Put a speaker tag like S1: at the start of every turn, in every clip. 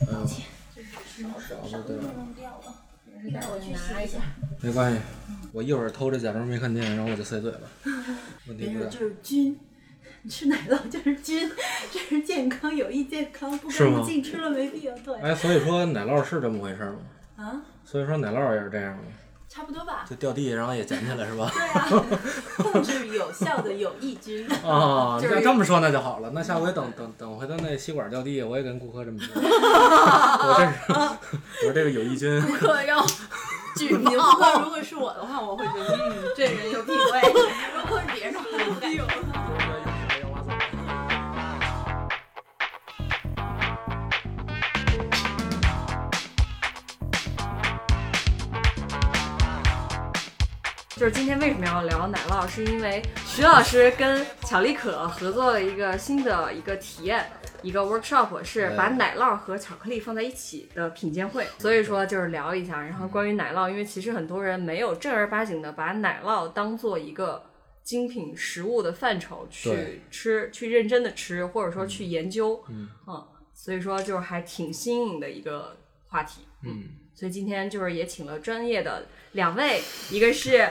S1: 以前
S2: 勺子哦对，
S1: 弄掉了，一会儿我去洗一下。
S2: 没关系，我一会儿偷着假装没看见，然后我就塞嘴 了，问题
S3: 别
S2: 不
S3: 说
S2: 大
S3: 就。是菌， 你吃奶酪就是菌， 这是健康有益健康，不
S2: 是
S3: 干
S2: 吗
S3: 不净吃了没必要。对
S2: 哎，所以说奶酪是这么回事吗？
S3: 啊，
S2: 所以说奶酪也是这样吗？
S3: 差不多吧。
S2: 就掉地，然后也捡起来是吧？
S3: 对啊，控制有效的有益菌。
S2: 啊，
S3: 就是
S2: 要这么说那就好了。那下回等等等回头那吸管掉地，我也跟顾客这么说。 我这是 我说这个有益菌，
S1: 顾客要举
S3: 你不
S1: 报，
S3: 过
S2: 哦
S3: 如果是我的话，我会觉得，嗯，这人有品 味。
S1: 如果别人的话，
S3: 哎呦，
S4: 就是今天为什么要聊奶酪，是因为徐老师跟巧力可合作了一个新的一个体验，一个 workshop 是把奶酪和巧克力放在一起的品鉴会，所以说就是聊一下。然后关于奶酪，因为其实很多人没有正儿八经的把奶酪当做一个精品食物的范畴
S2: 对
S4: 去吃，去认真的吃，或者说去研究，
S2: 嗯
S4: 所以说就是还挺新颖的一个话题。
S2: 嗯，
S4: 所以今天就是也请了专业的两位，一个是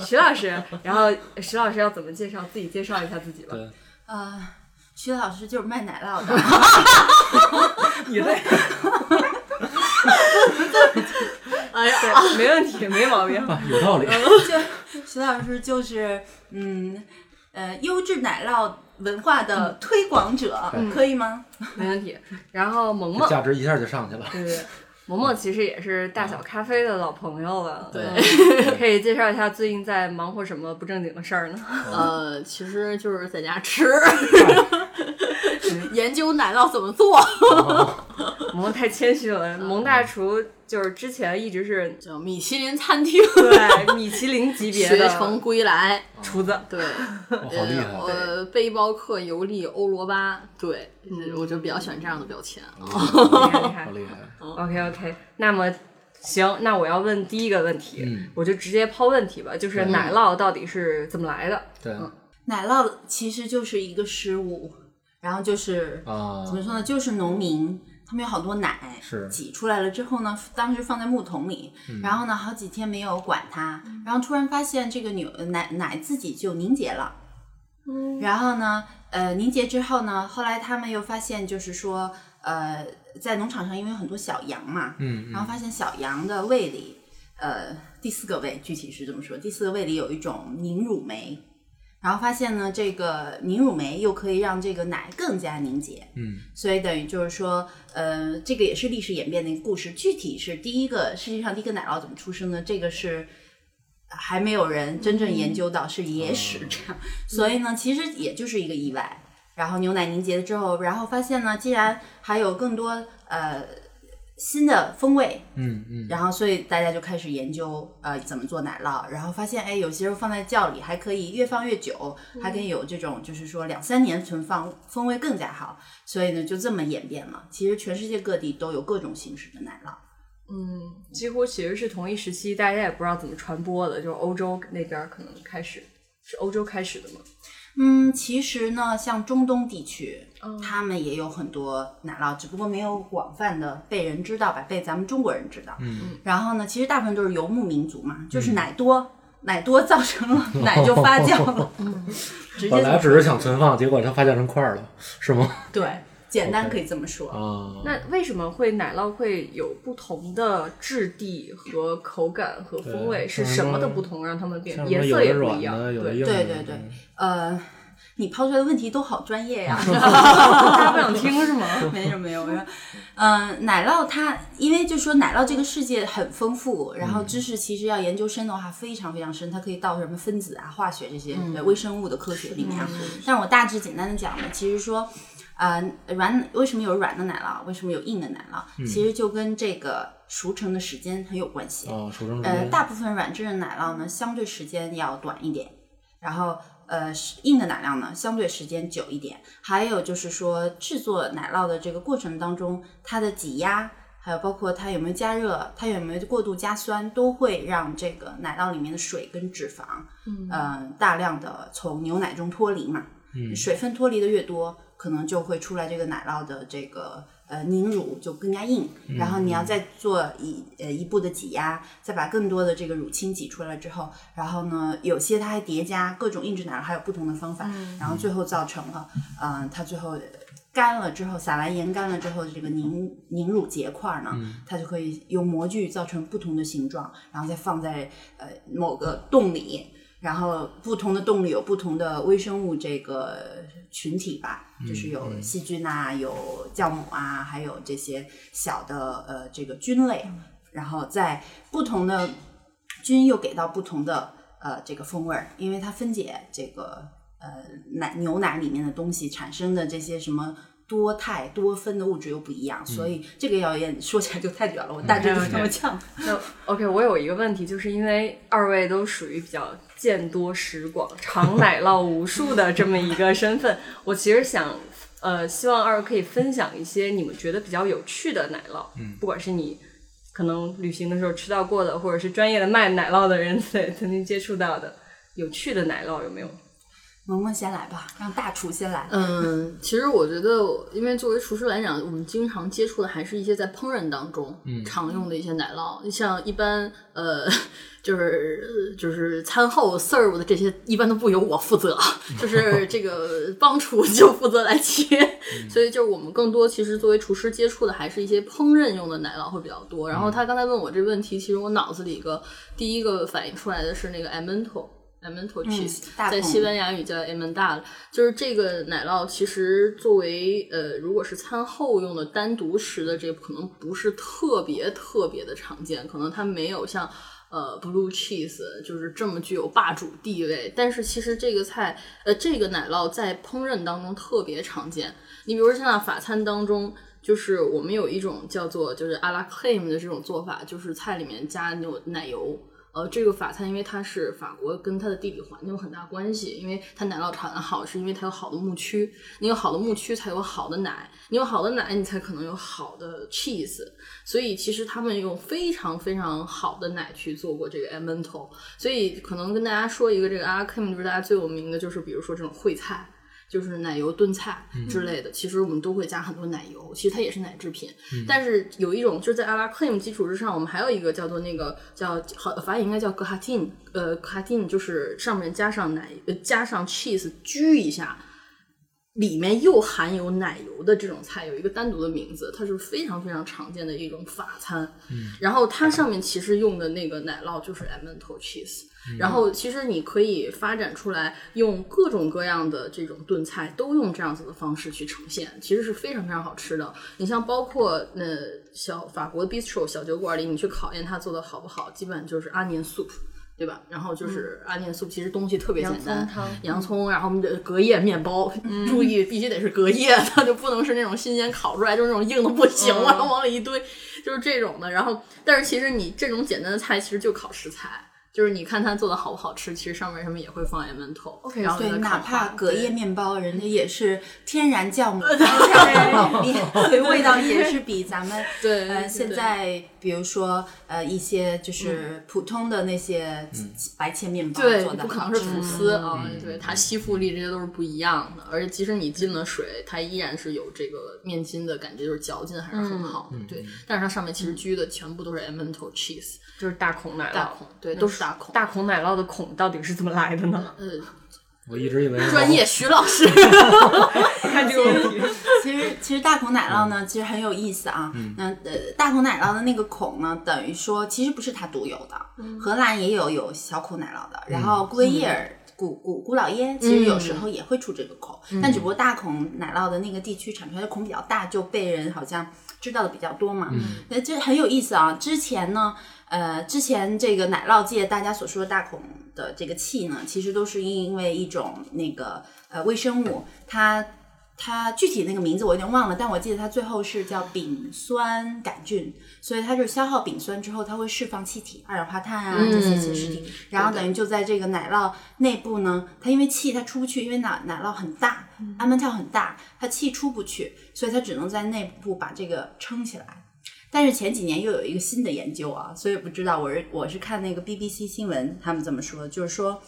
S4: 徐老师，然后徐老师要怎么介绍自己介绍一下自己吧
S2: 对？
S3: 呃，徐老师就是卖奶酪 的，
S2: 你这
S4: 哎呀，对，没问题，没毛病。
S2: 啊有道 理，
S3: 就徐老师就是嗯呃优质奶酪文化的推广者，
S2: 嗯
S3: 可以吗？
S4: 没问题。然后萌萌，
S2: 价值一下就上去了。
S4: 对对，对萌萌其实也是大小咖啡的老朋友了，
S1: 对
S4: 嗯，可以介绍一下最近在忙活什么不正经的事儿呢？
S1: 呃，其实就是在家 吃，研究奶酪怎么做。
S4: 萌萌太谦虚了，萌大厨就是之前一直是
S1: 就米其林 餐厅
S4: 对米其林级别
S1: 学成
S4: 的
S1: 归来，
S4: 厨子，
S1: 对，
S2: 我哦好厉害
S1: 呃，呃，背包客、游历、欧罗巴，对，
S2: 嗯
S1: 我就比较喜欢这样的标签啊。
S4: 厉害厉害
S2: 哦 好。厉害，
S4: OK OK，那么行，那我要问第一个问题，
S2: 嗯
S4: 我就直接抛问题吧，就是奶酪到底是怎么来的？
S2: 对啊
S3: 奶酪其实就是一个食物，然后就是
S2: 啊
S3: 怎，么说呢，就是农民。他们有好多奶，
S2: 是
S3: 挤出来了之后呢，当时放在木桶里，然后呢，好几天没有管它，然后突然发现这个牛奶奶自己就凝结了，嗯，然后呢，呃，凝结之后呢，后来他们又发现，就是说，呃，在农场上因为有很多小羊嘛，
S2: 嗯
S3: 然后发现小羊的胃里，呃，第四个胃具体是这么说，第四个胃里有一种凝乳酶，然后发现呢，这个凝乳酶又可以让这个奶更加凝结，
S2: 嗯
S3: 所以等于就是说，呃，这个也是历史演变的一个故事。具体是第一个世界上第一个奶酪怎么出生呢？这个是还没有人真正研究到，是野史
S2: 嗯
S3: 这样。所以呢，其实也就是一个意外。然后牛奶凝结了之后，然后发现呢，既然还有更多呃新的风味，
S2: 嗯嗯，
S3: 然后所以大家就开始研究呃怎么做奶酪，然后发现哎，有些时候放在窖里还可以越放越久，还可以有这种就是说两三年存放，风味更加好。所以呢，就这么演变了。其实全世界各地都有各种形式的奶酪。
S4: 嗯，几乎其实是同一时期，大家也不知道怎么传播的，就是欧洲那边儿可能开始是欧洲开始的嘛。
S3: 嗯，其实呢，像中东地区，
S4: 嗯
S3: 他们也有很多奶酪，只不过没有广泛的被人知道吧，被咱们中国人知道。
S2: 嗯，
S3: 然后呢，其实大部分都是游牧民族嘛，就是奶多。奶多造成了奶就发酵了，直接
S2: 本来只是想存放，结果它发酵成块儿了，是吗？
S3: 对，简单
S2: OK
S3: 可以这么说。
S2: 啊，
S4: 那为什么会奶酪会有不同的质地和口感和风味？
S2: 对
S4: 是
S2: 像
S4: 什
S2: 什
S4: 么
S2: 么
S4: 的不同让它们变
S2: 像什么
S4: 颜
S2: 有
S4: 色
S2: 的
S4: 也不
S2: 软
S4: 一样？
S2: 的，有的
S4: 对，
S2: 硬的，
S3: 对对对呃，你抛出来的问题都好专业呀、
S4: 大家不想听 是吗？
S3: 没有没有，嗯、呃，奶酪它因为就说奶酪这个世界很丰富，然后知识其实要研究深的话非常非常深，它可以到什么分子啊、化学这些、呃微生物的科学里面啊。但我大致简单的讲呢，其实说。呃，软为什么有软的奶酪，为什么有硬的奶酪？其实就跟这个熟成的时间很有关系。
S2: 啊，熟成熟
S3: 呃，
S2: 成
S3: 大部分软质的奶酪呢，相对时间要短一点，然后呃，是硬的奶酪呢，相对时间久一点。还有就是说，制作奶酪的这个过程当中，它的挤压，还有包括它有没有加热，它有没有过度加酸，都会让这个奶酪里面的水跟脂呃肪，嗯、大量的从牛奶中脱离嘛。水分脱离的越多，可能就会出来这个奶酪的这个呃凝乳就更加硬，然后你要再做一呃一步的挤压，再把更多的这个乳清挤出来之后，然后呢，有些它还叠加各种硬质奶酪，还有不同的方法，然后最后造成了，嗯、它最后干了之后，撒完盐干了之后，这个凝凝乳结块呢，它就可以用模具造成不同的形状，然后再放在呃某个洞里，然后不同的洞里有不同的微生物这个群体吧，就是有细菌啊，有酵母啊，还有这些小的呃这个菌类，然后在不同的菌又给到不同的呃这个风味儿，因为它分解这个呃奶牛奶里面的东西产生的这些什么。多肽多酚的物质又不一样，所以这个要研说起来就太远了。我大致就这么讲。
S4: 那 OK，我有一个问题，就是因为二位都属于比较见多识广、尝奶酪无数的这么一个身份，我其实想，呃，希望二位可以分享一些你们觉得比较有趣的奶酪，嗯，不管是你可能旅行的时候吃到过的，或者是专业的卖奶酪的人对曾经接触到的有趣的奶酪有没有？
S3: 萌萌先来吧，让大厨先来。
S1: 嗯，其实我觉得我，因为作为厨师来讲，我们经常接触的还是一些在烹饪当中常用的一些奶酪，像一般呃，就是就是餐后 serve 的这些，一般都不由我负责，就是这个帮厨 就负责来切，所以就是我们更多其实作为厨师接触的还是一些烹饪用的奶酪会比较多。然后他刚才问我这问题，其实我脑子里一个第一个反应出来的是那个 Amento。Amento cheese，、
S3: 大
S1: 在
S3: 桶
S1: 西班牙语叫 a m e n d a 就是这个奶酪，其实作为呃，如果是餐后用的单独吃的，这个可能不是特别特别的常见，可能它没有像呃 blue cheese 就是这么具有霸主地位。但是其实这个菜，呃，这个奶酪在烹饪当中特别常见。你比如说像法餐当中。就是我们有一种叫做就是阿拉 cream 的这种做法，就是菜里面加牛奶油，呃，这个法餐因为它是法国，跟它的地理环境有很大关系，因为它奶酪产的好，是因为它有好的牧区，你有好的牧区才有好的奶，你有好的奶，你才可能有好的 cheese，所以其实他们用非常非常好的奶去做过这个 Amento，所以可能跟大家说一个这个 a c a m 就是大家最有名的就是比如说这种烩菜。就是奶油炖菜之类的，其实我们都会加很多奶油，其实它也是奶制品。但是有一种就是在阿拉 cream 基础之上，我们还有一个叫做那个叫好法语应该叫 g a t i n 呃 g a t i n 就是上面加上奶呃加上 cheese 焗一下，里面又含有奶油的这种菜有一个单独的名字，它是非常非常常见的一种法餐。然后它上面其实用的那个奶酪就是 Amento cheese，、然后其实你可以发展出来，用各种各样的这种炖菜都用这样子的方式去呈现，其实是非常非常好吃的。你像包括那小法国 bistro 小酒馆里，你去考验它做的好不好，基本就是 onion soup。对吧？然后就是阿念素，其实东西特别简单，
S4: 洋
S1: 洋葱
S4: 葱汤
S1: 然后我们的隔夜面包，
S3: 嗯
S1: 注意必须得是隔夜的，就不能是那种新鲜烤出来， 就是那种硬的不
S3: 哦
S1: 行了，然后往里一堆，就是这种的。然后，但是其实你这种简单的菜，其实就烤食材，就是你看它做的好不好吃，其实上面什么也会放 Amento。
S4: OK，
S1: 然后
S3: 对
S1: 给，它
S3: 哪
S1: 烤化
S3: 怕隔夜面包，人家也是天然酵 母，
S4: 对
S3: 对，味道也是比咱们
S1: 对嗯
S3: 呃现在比如说呃一些就是普通的那些白切面包
S1: 对，
S3: 做的嗯
S1: 不可
S3: 好
S1: 能
S3: 吃
S1: 是。吐司啊、对，它吸附力这些都是不一样的。而且即使你进了水，它依然是有这个面筋的感觉，就是嚼劲还是很好
S3: 嗯
S1: 的。对，但是它上面其实居的全部都是 Amento cheese
S4: 就是大孔奶酪，
S1: 大孔，对，都是大孔。
S4: 大孔奶酪的孔到底是怎么来的呢？
S1: 呃，
S2: 我一直以为
S1: 专业徐老师，
S4: 看这个问题，
S3: 其实其实大孔奶酪呢，其实很有意思啊。那呃大孔奶酪的那个孔呢，等于说其实不是它独有的，荷兰也有有小孔奶酪的，然后固维耶尔。古古古老耶其实有时候也会出这个孔，但只不过大孔奶酪的那个地区产出来的孔比较大，就被人好像知道的比较多嘛。那这很有意思啊。之前呢，呃，之前这个奶酪界大家所说的大孔的这个气呢，其实都是因为一种那个呃微生物，它它具体那个名字我有点忘了，但我记得它最后是叫丙酸杆菌，所以它就是消耗丙酸之后，它会释放气体，二氧化碳啊这些气实体，然后等于就在这个奶酪内部呢，它因为气它出不去，因为奶奶酪很大，氨门跳很大，它气出不去，所以它只能在内部把这个撑起来。但是前几年又有一个新的研究啊，所以不知道我是我是看那个 BBC 新闻他们这么说，就是说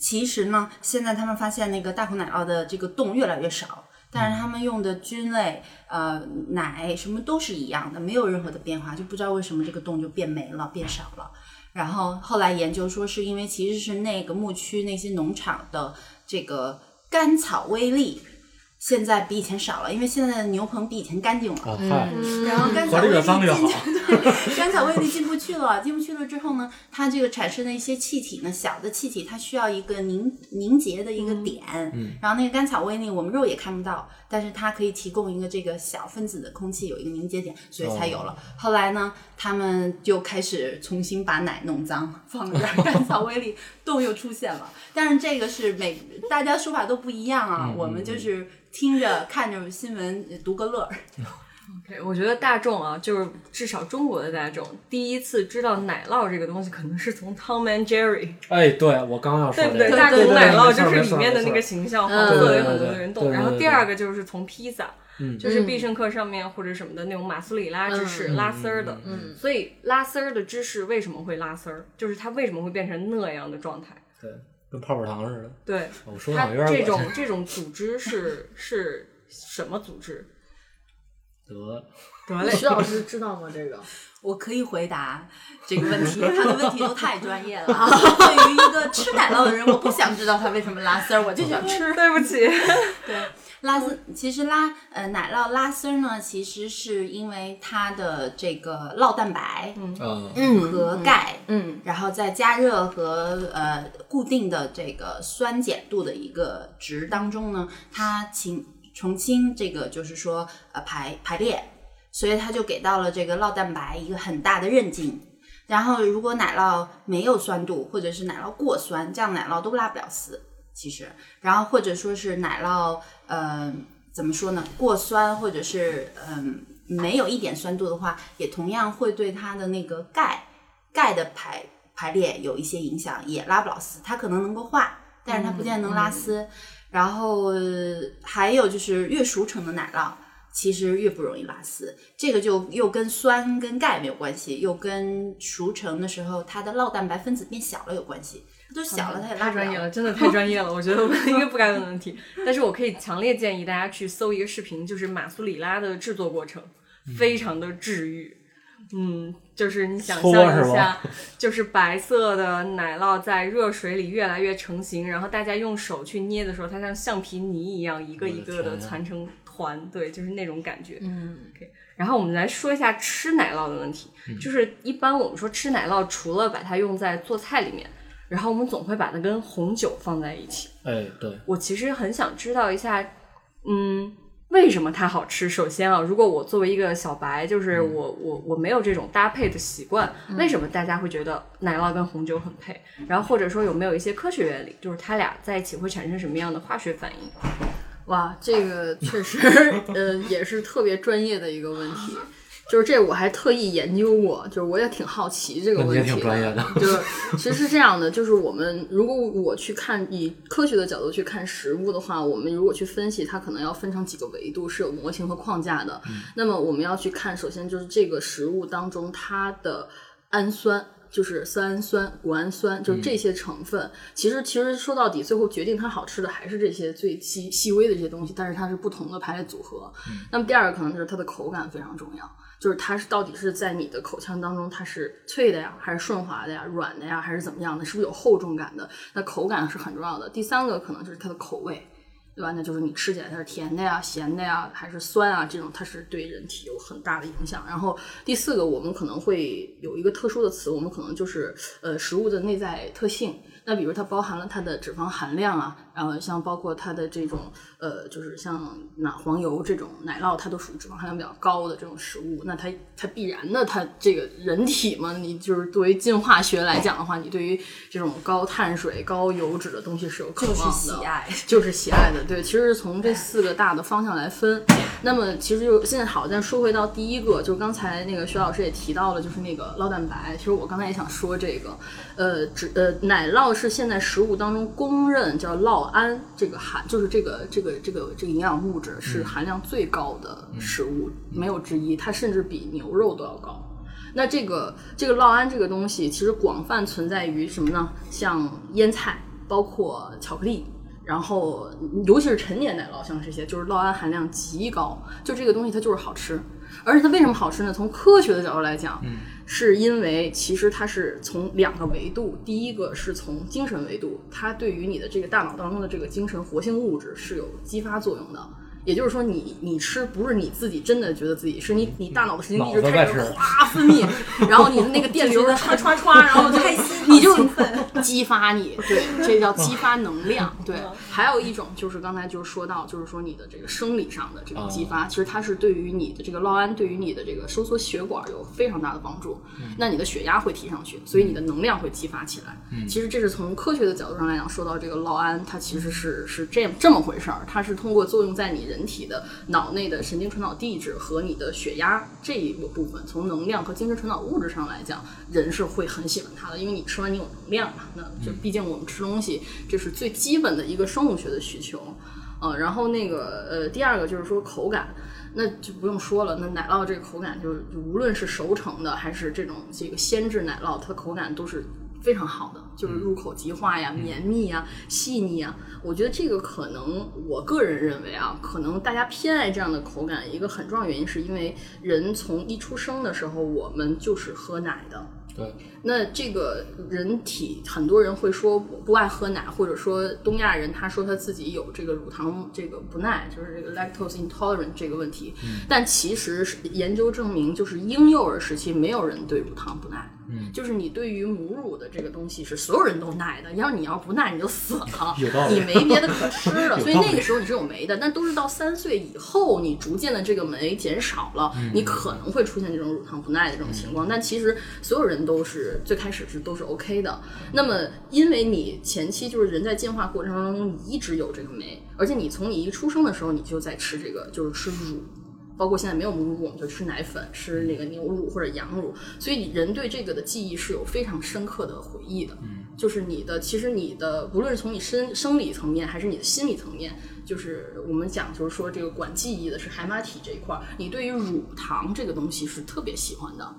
S3: 其实呢，现在他们发现那个大口奶酪的这个洞越来越少，但是他们用的菌类、呃奶什么都是一样的，没有任何的变化，就不知道为什么这个洞就变没了，变少了。然后后来研究说，是因为其实是那个牧区那些农场的这个甘草微粒现在比以前少了，因为现在的牛棚比以前干净了。
S2: 啊，嗨，
S4: 嗯
S3: 然 后甘
S2: 活
S3: 草
S2: 得
S3: 微
S2: 越
S3: 粒进
S2: 脏越好
S3: 去，对， 甘草微粒进不去了，进不去了之后呢，它这个产生的一些气体呢，小的气体它需要一个凝凝结的一个点，
S2: 嗯
S3: 然后那个甘草微粒我们肉也看不到，但是它可以提供一个这个小分子的空气有一个凝结点，所以才有
S2: 哦
S3: 了。后来呢，他们就开始重新把奶弄脏，放这儿，甘草微粒洞又出现了，但是这个是每大家说法都不一样啊，
S2: 嗯
S3: 我们就是听着看着新闻呃读个乐儿。
S4: OK，我觉得大众啊，就是至少中国的大众，第一次知道奶酪这个东西，可能是从 Tom and Jerry，
S2: 哎，对我刚要说
S4: 对
S2: 这
S4: 不
S2: 个，
S4: 大
S2: 对对
S4: 众奶酪
S2: 没错
S4: 就是
S2: 没
S4: 里
S2: 错
S4: 面的
S2: 没
S4: 那
S2: 错
S4: 个形象，
S1: 嗯
S4: 作为
S2: 对对
S4: 很多
S2: 对
S4: 的人
S2: 对
S4: 懂。
S2: 对
S4: 然后
S2: 对
S4: 第二个就是从披萨，
S2: 嗯
S4: 就是必胜客上面或者什么的那种马斯里拉芝士、
S1: 嗯
S4: 拉丝儿的。
S2: 嗯
S4: 所以拉丝儿的芝士为什么会拉丝儿？就是它为什么会变成那样的状态？
S2: 对，跟泡泡糖似的。
S4: 对，
S2: 我说
S4: 它
S2: 的有点
S4: 这
S2: 恶
S4: 种
S2: 心。
S4: 这种组织是是什么组织？
S2: 得，啊
S4: 得
S1: 徐老师知道吗？这个
S3: 我可以回答这个 问题，他的问题都太专业了啊！ 对于一个吃奶酪的人，我不想知道他为什么拉丝儿，我就想吃。
S4: 对不起，
S3: 对， 拉丝其实拉呃奶酪拉丝儿呢，其实是因为它的这个酪蛋白
S2: 嗯，
S1: 嗯
S3: 和钙，
S1: 嗯，
S3: 然后在加热和呃固定的这个酸碱度的一个值当中呢，它请重新这个就是说呃排排列，所以它就给到了这个酪蛋白一个很大的韧劲。然后如果奶酪没有酸度，或者是奶酪过酸，这样奶酪都拉不了丝。其实，然后或者说是奶酪，呃，怎么说呢？过酸或者是嗯、没有一点酸度的话，也同样会对它的那个钙钙的排排列有一些影响，也拉不了丝。它可能能够化，但是它不见得能拉丝。
S4: 嗯
S3: 然后呃还有就是越熟成的奶酪。其实越不容易拉丝，这个就又跟酸跟钙没有关系，又跟熟成的时候它的酪蛋白分子变小了有关系。它都小了，它也拉
S4: 嗯太
S3: 不
S4: 专业
S3: 了。
S4: 了，真的太专业了。我觉得我应该不该问的问题，但是我可以强烈建议大家去搜一个视频，就是马苏里拉的制作过程，
S2: 嗯
S4: 非常的治愈。嗯，就是你想
S2: 搓
S4: 象
S2: 是
S4: 一下
S2: 吧，
S4: 就是白色的奶酪在热水里越来越成型，然后大家用手去捏的时候，它像橡皮泥一样一个一个
S2: 我的
S4: 的
S2: 天啊
S4: 攒成团，对，就是那种感觉。
S1: 嗯
S4: 然后我们来说一下吃奶酪的问题，就是一般我们说吃奶酪，除了把它用在做菜里面，然后我们总会把它跟红酒放在一起。
S2: 哎，对，
S4: 我其实很想知道一下，嗯，为什么它好吃？首先啊，如果我作为一个小白，就是我、我我没有这种搭配的习惯，为什么大家会觉得奶酪跟红酒很配？然后或者说有没有一些科学原理，就是它俩在一起会产生什么样的化学反应？
S1: 哇，这个确实，呃，也是特别专业的一个问题。就是这，我还特意研究过，就是我也挺好奇这个
S2: 那你
S1: 问
S2: 也
S1: 题。
S2: 挺专业的。
S1: 就是其实是这样的，就是我们如果我去看以科学的角度去看食物的话，我们如果去分析，它可能要分成几个维度，是有模型和框架的。那么我们要去看，首先就是这个食物当中它的氨酸。就是色氨酸、谷氨酸，就是这些成分。其实，其实说到底，最后决定它好吃的还是这些最细细微的这些东西，但是它是不同的排列组合。那么第二个可能就是它的口感非常重要，就是它是到底是在你的口腔当中它是脆的呀，还是顺滑的呀，软的呀，还是怎么样的？是不是有厚重感的？那口感是很重要的。第三个可能就是它的口味，对吧？那就是你吃起来它是甜的呀、咸的呀，还是酸啊，这种它是对人体有很大的影响。然后第四个，我们可能会有一个特殊的词，我们可能就是呃食物的内在特性。那比如它包含了它的脂肪含量啊，然后像包括它的这种呃，就是像奶黄油这种奶酪，它都属于脂肪含量比较高的这种食物。那它它必然的，它这个人体嘛，你就是作为进化学来讲的话，你对于这种高碳水、高油脂的东西是有渴
S3: 就
S1: 望的。
S3: 是喜爱，
S1: 就是喜爱的，对，其实是从这四个大的方向来分。那么其实就现在好，再说回到第一个，就刚才那个徐老师也提到了，就是那个酪蛋白。其实我刚才也想说这个，呃，只呃奶酪是现在食物当中公认叫酪氨这个含，就是这个这个这个这个营养物质是含量最高的食物，没有之一，它甚至比牛肉都要高。那这个这个酪氨这个东西，其实广泛存在于什么呢？像腌菜。包括巧克力。然后，尤其是陈年奶酪，像这些就是酪胺含量极高，就这个东西它就是好吃。而且它为什么好吃呢？从科学的角度来讲，
S2: 嗯
S1: 是因为其实它是从两个维度，第一个是从精神维度，它对于你的这个大脑当中的这个精神活性物质是有激发作用的。也就是说你，你吃不是你自己真的觉得自己是你你大脑的神经一直
S2: 脑子在
S1: 开始
S2: 吃
S1: 哗分泌， 然后你的那个电流唰唰唰，然后就
S3: 开 心
S1: 你就 激发你，对，这叫激发能量。对，
S3: 嗯
S1: 还有一种就是刚才就是说到，就是说你的这个生理上的这种激发，其实它是对于你的这个酪胺，对于你的这个收缩血管有非常大的帮助。那你的血压会提上去，所以你的能量会激发起来。其实这是从科学的角度上来讲，说到这个酪胺，它其实是是这这么回事儿，它是通过作用在你人体的脑内的神经传导递质和你的血压这一个部分，从能量和精神传导物质上来讲，人是会很喜欢它的，因为你吃完你有能量嘛。那就毕竟我们吃东西，这是最基本的一个生物学的需求。呃，然后那个呃，第二个就是说口感，那就不用说了。那奶酪这个口感就是，就无论是熟成的还是这种这个鲜制奶酪，它的口感都是非常好的，就是入口即化呀、绵密呀、细腻呀。我觉得这个可能，我个人认为啊，可能大家偏爱这样的口感，一个很重要原因是因为人从一出生的时候，我们就是喝奶的。
S2: 对，
S1: 那这个人体，很多人会说我不爱喝奶，或者说东亚人他说他自己有这个乳糖这个不耐，就是这个 lactose intolerant 这个问题。
S2: 嗯
S1: 但其实是研究证明，就是婴幼儿时期没有人对乳糖不耐。
S2: 嗯
S1: 就是你对于母乳的这个东西是所有人都耐的，要是你要不耐你就死了，
S2: 有道理
S1: 你没别的可吃 了，
S2: 有
S1: 所以
S2: 道
S1: 那
S2: 理
S1: 个时候你是有酶的，但都是到三岁以后，你逐渐的这个酶减少了，
S2: 嗯
S1: 你可能会出现这种乳糖不耐的这种情况。但其实所有人都是最开始是都是 OK 的。那么因为你前期就是人在进化过程当中，你一直有这个酶，而且你从你一出生的时候你就在吃这个，就是吃乳。包括现在没有母乳，我们就吃奶粉，吃那个牛乳或者羊乳，所以人对这个的记忆是有非常深刻的回忆的。嗯，就是你的，其实你的，无论是从你身生理层面还是你的心理层面，就是我们讲就是说这个管记忆的是海马体这一块儿，你对于乳糖这个东西是特别喜欢的。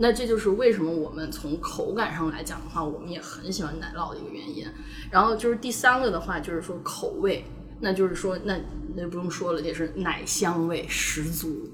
S1: 那这就是为什么我们从口感上来讲的话，我们也很喜欢奶酪的一个原因。然后就是第三个的话，就是说口味，那就是说那那不用说了，也是奶香味十足，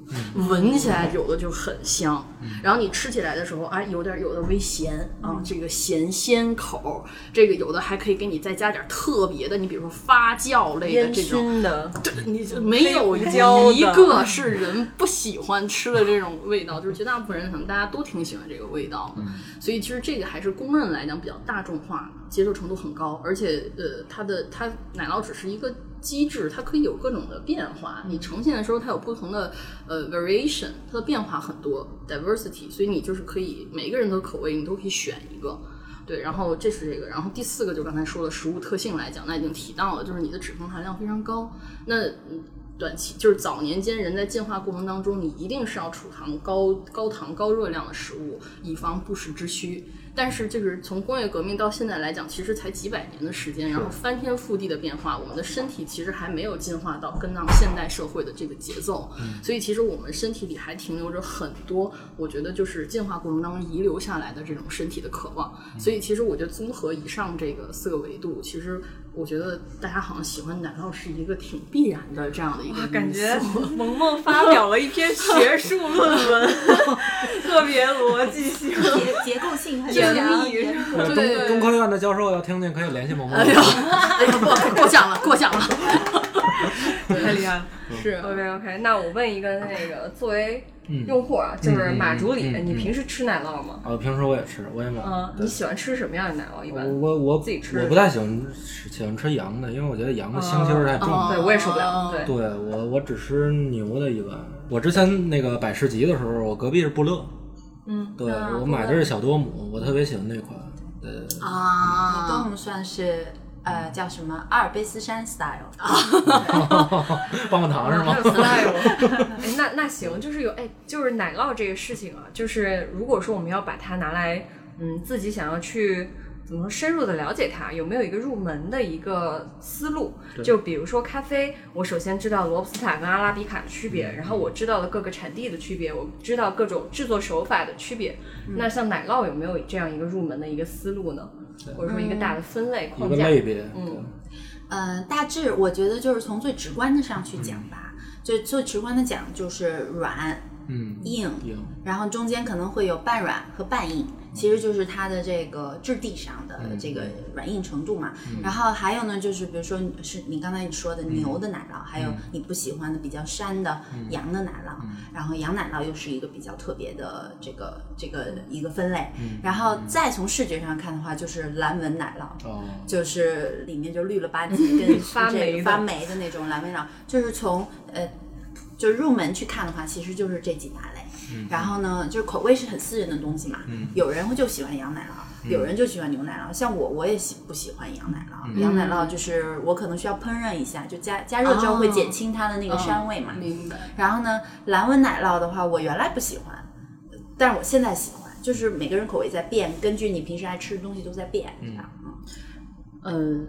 S1: 闻起来有的就很香，然后你吃起来的时候，哎，有点有的微咸啊，这个咸鲜口，这个有的还可以给你再加点特别的，你比如说发酵类的
S4: 烟
S1: 这种。
S4: 熏的，
S1: 你就没有
S4: 黑胡椒
S1: 一
S4: 的
S1: 个是人不喜欢吃的这种味道， 就是绝大部分人可能大家都挺喜欢这个味道的，所以其实这个还是公认来讲比较大众化，接受程度很高，而且呃，它的它奶酪只是一个机制，它可以有各种的变化，你呈现的时候它有不同的呃 variation，它的变化很多 diversity，所以你就是可以每个人的口味你都可以选一个。对，然后这是这个，然后第四个就刚才说的食物特性来讲，那已经提到了，就是你的脂肪含量非常高。那嗯短期就是早年间人在进化过程当中，你一定是要储藏高高糖高热量的食物，以防不时之需。但是就是从工业革命到现在来讲，其实才几百年的时间，然后翻天覆地的变化，我们的身体其实还没有进化到跟上现代社会的这个节奏，所以其实我们身体里还停留着很多，我觉得就是进化过程当中遗留下来的这种身体的渴望。所以其实我觉得综合以上这个四个维度，其实我觉得大家好像喜欢奶酪是一个挺必然的这样的一个
S4: 哇
S1: 因，素
S4: 感 觉萌萌发表了一篇学术论文， 特别逻辑性。
S3: 结结 构性很
S4: 严
S3: 强
S4: 密
S3: 严
S4: 是
S2: 呃东
S3: 格
S1: 对
S2: 东科院的教授要听见可以联系萌萌
S1: 哎。呦，哎呦，过过奖了，过奖了，
S4: 太厉害了。
S1: 是
S4: OK OK，那我问一个那个作为
S2: 嗯，
S4: 用户啊，就是马主理，
S2: 嗯嗯嗯
S4: 你平时吃奶酪吗？
S2: 啊，平时我也吃，我也买。
S4: 嗯，你喜欢吃什么样的奶酪？一
S2: 我
S4: 般？
S2: 我我
S4: 自己吃
S2: 我不太喜欢吃喜欢吃羊的，因为我觉得羊的香气味儿太重了。
S4: 对，我也受不了。
S1: 哦
S4: 对，
S2: 对我我只吃牛的一般。我之前那个摆市集的时候，我隔壁是布乐，
S4: 嗯，
S2: 对
S3: 啊
S2: 我买的是小多姆，我特别喜欢那款。对，
S1: 啊，
S3: 嗯都很算是呃叫什么阿尔卑斯山 style，
S2: 棒棒糖是
S4: 还
S2: 吗
S4: 有？style。哎， 那那行，就是有哎，就是奶酪这个事情啊，就是如果说我们要把它拿来，嗯，自己想要去。怎么说深入的了解它，有没有一个入门的一个思路？
S2: 对
S4: 就比如说咖啡，我首先知道罗布斯塔跟阿拉比卡的区别，然后我知道了各个产地的区别，我知道各种制作手法的区别。那像奶酪有没有这样一个入门的一个思路呢？或者说
S2: 嗯
S4: 一个大的分类
S2: 一
S4: 框
S2: 个
S4: 架。
S2: 类别，
S3: 呃，大致我觉得就是从最直观的上去讲吧，最最直观的讲就是软、
S2: 嗯，
S3: 硬，
S2: 硬
S3: 然后中间可能会有半软和半硬，其实就是它的这个质地上的这个软硬程度嘛。然后还有呢，就是比如说是你刚才你说的牛的奶酪，还有你不喜欢的比较膻的羊的奶酪，然后羊奶酪又是一个比较特别的这个这个一个分类。然后再从视觉上看的话，就是蓝纹奶酪，
S2: 哦，
S3: 就是里面就绿了吧唧跟
S4: 发
S3: 这个
S4: 霉的
S3: 发霉的那种蓝莓脑，就是从呃，就是入门去看的话，其实就是这几大类。然后呢，就是口味是很私人的东西嘛，有人会就喜欢羊奶酪，有人就喜欢牛奶酪。像我，我也喜不喜欢羊奶酪？羊奶酪就是我可能需要烹饪一下，就加加热之后会
S1: 哦
S3: 减轻它的那个膻味嘛。
S1: 明白。
S3: 然后呢，蓝纹奶酪的话，我原来不喜欢，但是我现在喜欢。就是每个人口味在变，根据你平时爱吃的东西都在变。嗯，
S1: 嗯，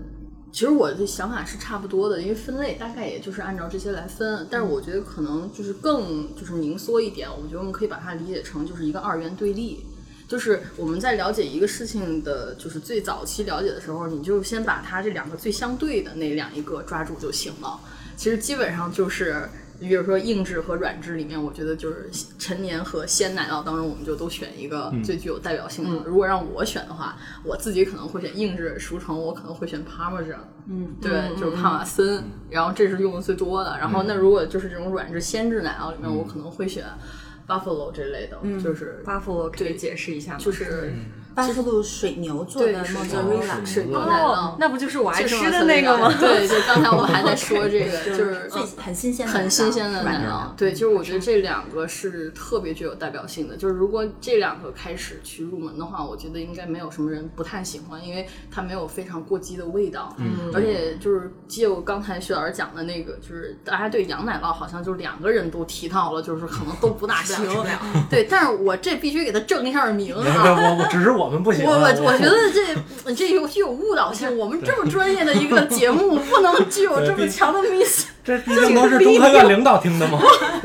S1: 其实我的想法是差不多的，因为分类大概也就是按照这些来分。但是我觉得可能就是更就是凝缩一点，我觉得我们可以把它理解成就是一个二元对立。就是我们在了解一个事情的，就是最早期了解的时候，你就先把它这两个最相对的那两一个抓住就行了。其实基本上就是，比如说硬质和软质里面，我觉得就是陈年和鲜奶酪当中，我们就都选一个最具有代表性的。如果让我选的话，我自己可能会选硬质熟成，我可能会选 Parmesan，嗯，对，就是帕瓦森，然后这是用的最多的。然后那如果就是这种软质鲜质奶酪里面，我可能会选 Buffalo 这类的，就是
S4: 巴甫洛可以解释一下吗？
S1: 就是
S3: 巴夫路水牛做的
S1: 对水
S3: mozzarella，
S1: 水牛奶
S4: 哦
S1: 酪，，
S4: 那不就是我爱
S1: 就是
S4: 吃的那个吗？
S1: 对，就刚才我还在说这个，就
S3: 就是
S1: 是
S3: 最很新鲜的奶酪，
S1: 很新鲜的
S3: 软
S1: 奶酪。对，就是我觉得这两个是特别具有代表性的。就是如果这两个开始去入门的话，我觉得应该没有什么人不太喜欢，因为它没有非常过激的味道。嗯，而且就是借我刚才薛老师讲的那个，就是大家对羊奶酪好像就两个人都提到了，就是可能都不大行。对，但是我这必须给他正一下名
S2: 没
S1: 啊。
S2: 我我只是我们不行
S1: 我
S2: 啊，
S1: 我我觉得这这有具有误导性。我们这么专业的一个节目，不能具有这么强的 miss。
S2: 这毕竟都是中科院领导听的嘛，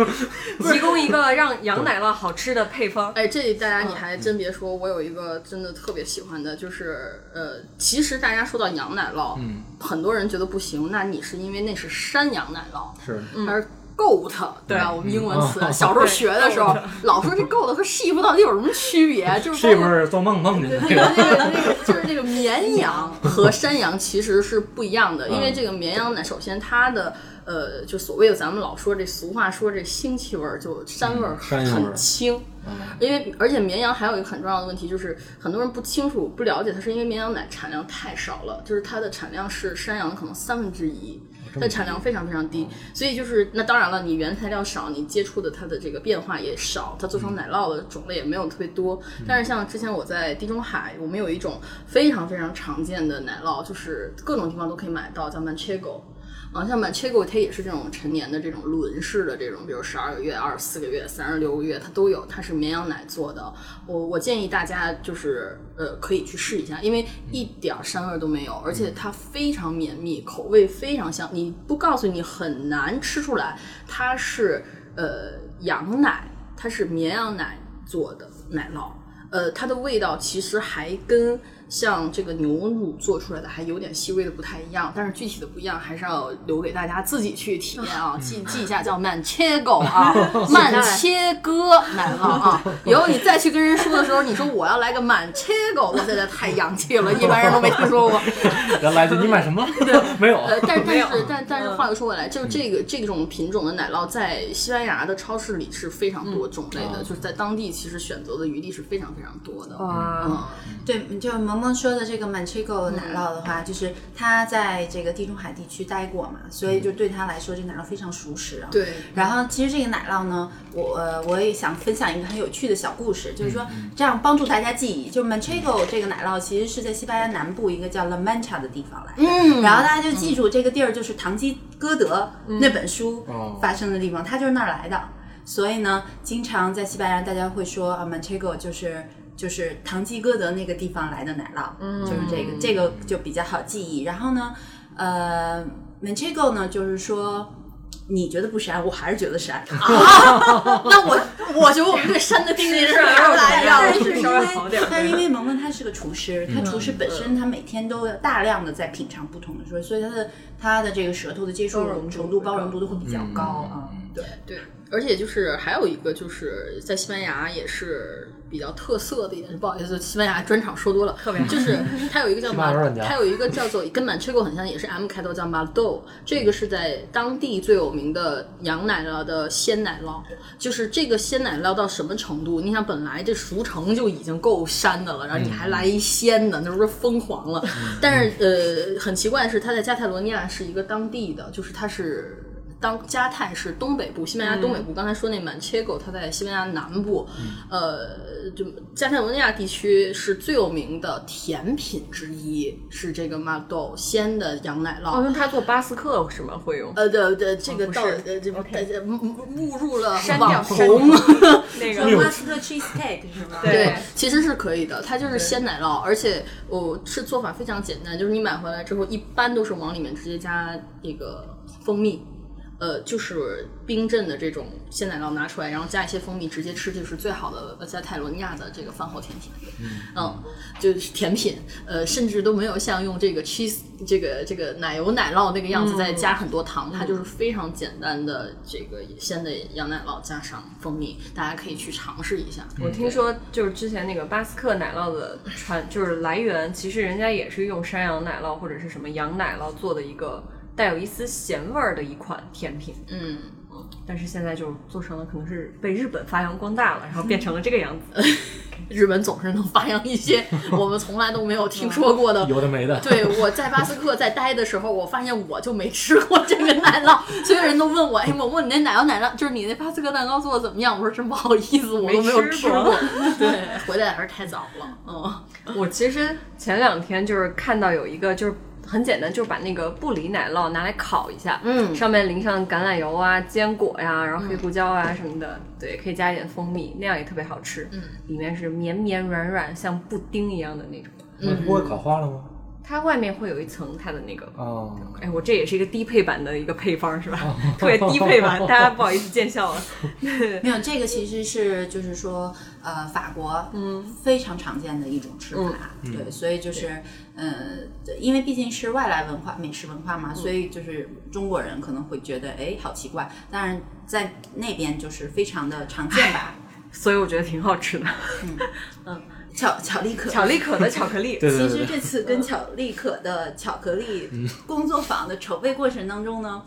S4: 提供一个让羊奶酪好吃的配方。
S1: 哎，这里大
S2: 嗯
S1: 家你还真别说，我有一个真的特别喜欢的，就是呃，其实大家说到羊奶酪，
S2: 嗯，
S1: 很多人觉得不行，那你是因为那是山羊奶酪，
S2: 是
S1: 它是 goat，对吧？我们英文词啊
S2: 嗯
S1: 小时候学的时候
S4: 对，
S1: 老说这 goat 和 sheep 到底有什么区别？就是
S2: 是
S1: 包
S2: 不
S1: 括
S2: 是做梦梦见 那
S1: 那
S2: 个？
S1: 个那个就是那个绵羊和山羊其实是不一样的，因为
S2: 嗯
S1: 这个绵羊奶，首先它的呃，就所谓的咱们老说这俗话说这腥气味儿，就膻味儿
S2: 膻嗯味儿
S1: 很轻。因为而且绵羊还有一个很重要的问题，就是很多人不清楚、不了解，它是因为绵羊奶产量太少了，就是它的产量是山羊的可能三分之一，
S2: 哦
S1: 它的产量非常非常低。所以就是那当然了，你原材料少，你接触的它的这个变化也少，
S2: 嗯
S1: 它做成奶酪的种类也没有特别多。但是像之前我在地中海，我们有一种非常非常常见的奶酪，就是各种地方都可以买到，叫 manchego。啊，像 Manchego 它也是这种陈年的这种轮式的这种，比如十二个月、二十四个月、三十六个月，它都有，它是绵羊奶做的。我我建议大家就是呃可以去试一下，因为一点儿膻味儿都没有，而且它非常绵密，口味非常香，你不告诉你很难吃出来它是呃羊奶，它是绵羊奶做的奶酪。呃，它的味道其实还跟像这个牛乳做出来的还有点细微的不太一样，但是具体的不一样还是要留给大家自己去体验啊，记记一下叫曼切狗啊，曼切哥奶酪啊，以后你再去跟人说的时候，你说我要来个曼切狗，哇塞，这太洋气了，一般人都没听说过。
S2: 原来就你买什么了？ 没有，嗯
S1: 呃，但但是但但是话又说回来，就是这个这种品种的奶酪在西班牙的超市里是非常
S2: 嗯
S1: 多种类的，就是在当地其实选择的余地是非常非常多的。
S4: 哇，
S3: 对，就萌萌说的这个
S1: 嗯
S3: Manchego 奶酪的话，就是他在这个地中海地区待过嘛，所以就对他来说，这个奶酪非常熟识啊。。
S1: 对，
S3: 然后其实这个奶酪呢，我呃我也想分享一个很有趣的小故事，就是说这样帮助大家记忆。就 Manchego 这个奶酪其实是在西班牙南部一个叫 La Mancha 的地方来的，嗯，然后大家就记住这个地儿就是《堂吉诃德》那本书
S2: 哦
S3: 发生的地方，它就是那儿来的。所以呢，经常在西班牙大家会说啊，Manchego 就是。就是堂吉诃德那个地方来的奶酪，嗯，就是这个，这个就比较好记忆。然后呢，呃，Manchego 啊呢，就是说你觉得不膻，我还是觉得膻。那我
S1: 我觉得我们这山的定义是
S4: 肉
S1: 来
S4: 样
S1: 的
S3: 但
S4: 的。
S3: 是因
S4: 稍微
S3: 为
S4: 好点儿
S3: 但是因为萌萌他是个厨师，他厨师本身他每天都要大量的在品尝不同的水，所以他的他的这个舌头的接触
S4: 包容度
S3: 程度、包容度都会比较高啊。
S1: 对对，而且就是还有一个就是在西班牙也是比较特色的一点，不好意思，西班牙专场说多了，特
S4: 别好
S1: 就是它有一个 叫
S2: 西班牙
S1: 马
S2: 人软，夹
S1: 它有一个叫做跟满雀狗很像，也是 M 开头叫马豆，这个是在当地最有名的羊奶酪的鲜奶酪，就是这个鲜奶酪到什么程度？你想本来这熟成就已经够膻的了，然后你还
S2: 嗯
S1: 来一鲜的，那不是疯狂了？但是呃，很奇怪的是，它在加泰罗尼亚是一个当地的，就是它是。当加泰是东北部，西班牙东
S4: 嗯
S1: 北部。刚才说那满切狗，它在西班牙南部，呃，就加泰罗尼亚地区是最有名的甜品之一，是这个马豆鲜的羊奶酪。
S4: 哦，用它做巴斯克是吗？会用
S1: 呃，对对，这个
S4: 不
S1: 到
S4: 是
S1: 呃，这大
S4: OK
S1: 家误误入了
S4: 删掉
S1: 网
S4: 删
S1: 红，
S4: 那
S3: 叫 m
S4: 个
S3: a s t e cheesecake 是吗？
S4: 对
S1: 对，其实是可以的。它就是鲜奶酪，而且我、哦是做法非常简单，就是你买回来之后，一般都是往里面直接加那个蜂蜜，呃，就是冰镇的这种鲜奶酪拿出来，然后加一些蜂蜜直接吃，就是最好的加泰罗尼亚的这个饭后甜品。嗯，就是甜品，呃，甚至都没有像用这个 cheese 这个这个奶油奶酪那个样子再加很多糖，它就是非常简单的这个鲜的羊奶酪加上蜂蜜，大家可以去尝试一下。
S4: 我听说就是之前那个巴斯克奶酪的传，就是来源，其实人家也是用山羊奶酪或者是什么羊奶酪做的一个带有一丝咸味儿的一款甜品，
S1: 嗯。
S4: 但是现在就做成了，可能是被日本发扬光大了，然后变成了这个样子。
S1: 日本总是能发扬一 些我们从来都没有听说过的。
S2: 嗯有的没的。
S1: 对，我在巴斯克在待的时候，我发现我就没吃过这个奶 酪，所有人都问我，哎，我问你那奶酪奶酪，就是你那巴斯克蛋糕做的怎么样？我说真不好意思，我都没有
S4: 没吃
S1: 吃
S4: 过
S1: 过。 对，回来还是太早了。嗯，
S4: 我其实前两天就是看到有一个，就是很简单，就是把那个布里奶酪拿来烤一下，
S1: 嗯
S4: 上面淋上橄榄油啊、坚果呀、然后黑胡椒啊什么的，对，可以加一点蜂蜜，那样也特别好吃。
S1: 嗯，
S4: 里面是绵绵软软，像布丁一样的那种，
S2: 那不会烤化了吗？
S4: 它外面会有一层它的那个。
S2: 哦，
S4: 哎，我这也是一个低配版的一个配方是吧？特别低配版，大家不好意思见笑了。
S3: 没有，这个其实是就是说，呃，法国嗯非常常见的一种吃法，
S2: 嗯
S3: 对，所以就是呃，因为毕竟是外来文化美食文化嘛，所以就是中国人可能会觉得哎好奇怪，当然在那边就是非常的常见吧。
S4: 所以我觉得挺好吃的，
S3: 巧巧力可
S4: 巧力可的巧克力。
S2: 对对
S3: 其
S2: 对
S3: 实
S2: 对，
S3: 这次跟巧力可的巧克力
S2: 嗯
S3: 工作坊的筹备过程当中呢，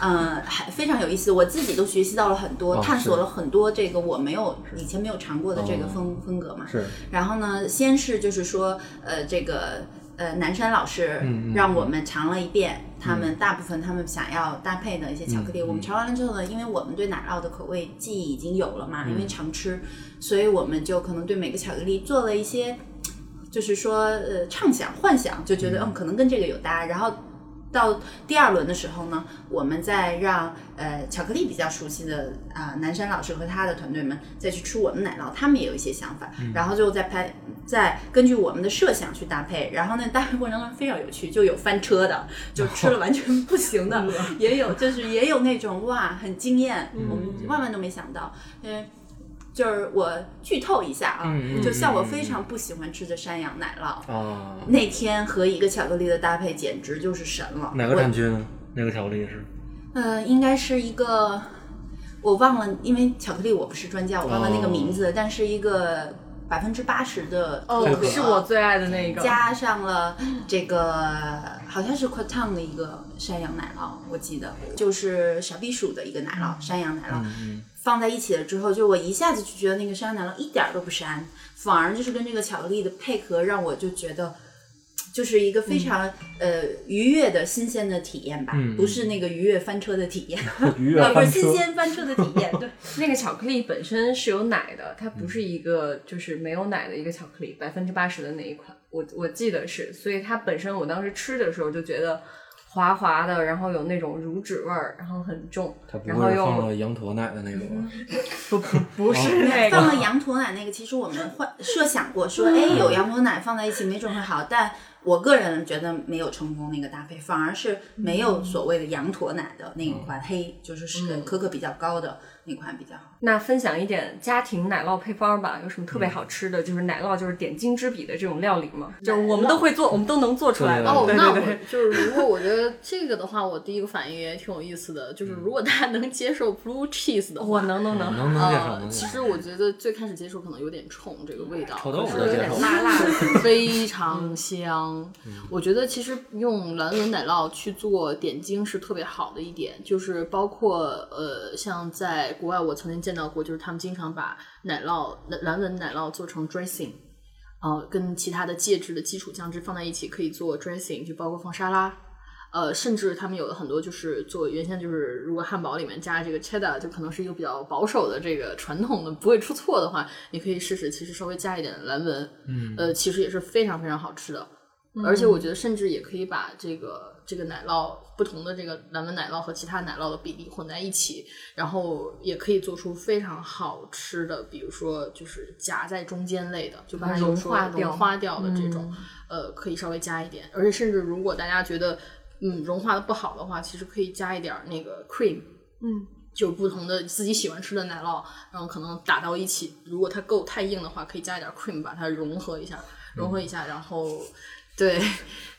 S3: 呃，还非常有意思，我自己都学习到了很多，
S2: 哦
S3: 探索
S2: 是哦
S3: 了很多这个我没有以前没有尝过的这个风风格嘛。
S2: 是
S3: 然后呢，先是就是说，呃，这个呃，南山老师
S2: 嗯嗯嗯
S3: 让我们尝了一遍，他们大部分他们想要搭配的一些巧克力，
S2: 嗯嗯
S3: 我们尝完了之后呢，因为我们对奶酪的口味记忆已经有了
S2: 嗯
S3: 嘛，因为常吃，所以我们就可能对每个巧克力做了一些，就是说呃畅想幻想，就觉得嗯可能跟这个有搭，然后。到第二轮的时候呢，我们再让呃巧克力比较熟悉的啊、南山老师和他的团队们再去吃我们奶酪，他们也有一些想法，
S2: 嗯
S3: 然后最后再拍，再根据我们的设想去搭配。然后呢，搭配过程当中非常有趣，就有翻车 的，就吃了完全不行的，
S2: 嗯
S3: 也有就是也有那种哇很惊艳，我们万万都没想到，因为。就是我剧透一下啊，
S2: 嗯嗯
S3: 就像我
S2: 嗯嗯
S3: 非常不喜欢吃的山羊奶酪，
S2: 啊，
S3: 那天和一个巧克力的搭配简直就是神了。
S2: 哪个
S3: 我
S2: 产区呢？那个巧克力是？
S3: 呃，应该是一个，我忘了，因为巧克力我不是专家，我忘了那
S2: 哦
S3: 个名字，但是一个百分之八十的可可、
S4: 哦是我最爱的那一个。
S3: 加上了这个好像是 q u a t a n 的一个山羊奶酪，我记得就是小避暑的一个奶酪，山羊奶酪。
S2: 嗯，
S3: 放在一起了之后，就我一下子就觉得那个山羊奶酪一点儿都不膻，反而就是跟这个巧克力的配合，让我就觉得。就是一个非常、呃愉悦的新鲜的体验吧，
S2: 嗯
S3: 不是那个愉悦翻车的体验，
S2: 愉悦
S3: 呃，不是
S2: 翻车
S3: 新。鲜翻车的体验，对，
S4: 那个巧克力本身是有奶的，它不是一个就是没有奶的一个巧克力，百分之八十的那一款，我我记得是，所以它本身我当时吃的时候就觉得滑滑的，然后有那种乳脂味儿，然后很重
S2: 它，不
S4: 然后
S2: 会是
S4: 又
S2: 放了羊驼奶的那种啊 吧？
S4: 不不不是那
S3: 放
S4: 个，
S3: 了羊驼奶那个，其实我们幻设想过说，哎，有羊驼奶放在一起，没准会好。但我个人觉得没有成功那个搭配，反而是没有所谓的羊驼奶的那一款黑，就是是可可比较高的那款比较好。
S4: 那分享一点家庭奶酪配方吧，有什么特别好吃的？就是奶酪，就是点睛之笔的这种料理吗？就是我们都会做，我们都能做出来的。
S1: 哦，
S4: 对
S1: 那
S4: 对
S1: 我
S4: 对，
S1: 就是如果我觉得这个的话，我第一个反应也挺有意思的，就是如果大家能接受 blue cheese 的话，
S4: 我能能能。
S2: 能能介绍
S1: 呃，
S2: 能
S1: 其
S2: 介
S1: 实
S2: 绍。
S1: 我觉得最开始接受可能有点冲这个味道，
S2: 臭豆腐
S1: 可
S2: 都
S1: 是
S2: 接
S4: 有点
S2: 受，
S4: 辣辣的，
S1: 非常香。我觉得其实用蓝纹奶酪去做点睛是特别好的一点，就是包括呃，像在国外我曾经见到过，就是他们经常把奶酪蓝蓝纹奶酪做成 dressing。呃，跟其他的介质的基础酱汁放在一起，可以做 dressing，就包括放沙拉，呃，甚至他们有的很多就是做原先就是，如果汉堡里面加这个 cheddar，就可能是一个比较保守的这个传统的，不会出错的话，你可以试试，其实稍微加一点蓝纹，嗯，呃，其实也是非常非常好吃的。
S4: 嗯
S1: 而且我觉得，甚至也可以把这个这个奶酪不同的这个蓝纹奶酪和其他奶酪的比例混在一起，然后也可以做出非常好吃的，比如说就是夹在中间类的，就把它
S4: 嗯融
S1: 有时候
S4: 化掉嗯
S1: 融化掉的这种，呃，可以稍微加一点。而且甚至如果大家觉得嗯融化的不好的话，其实可以加一点儿那个 cream，
S4: 嗯，
S1: 就不同的自己喜欢吃的奶酪，然后可能打到一起。如果它够太硬的话，可以加一点 cream 把它融合一下，融合一下，然后对。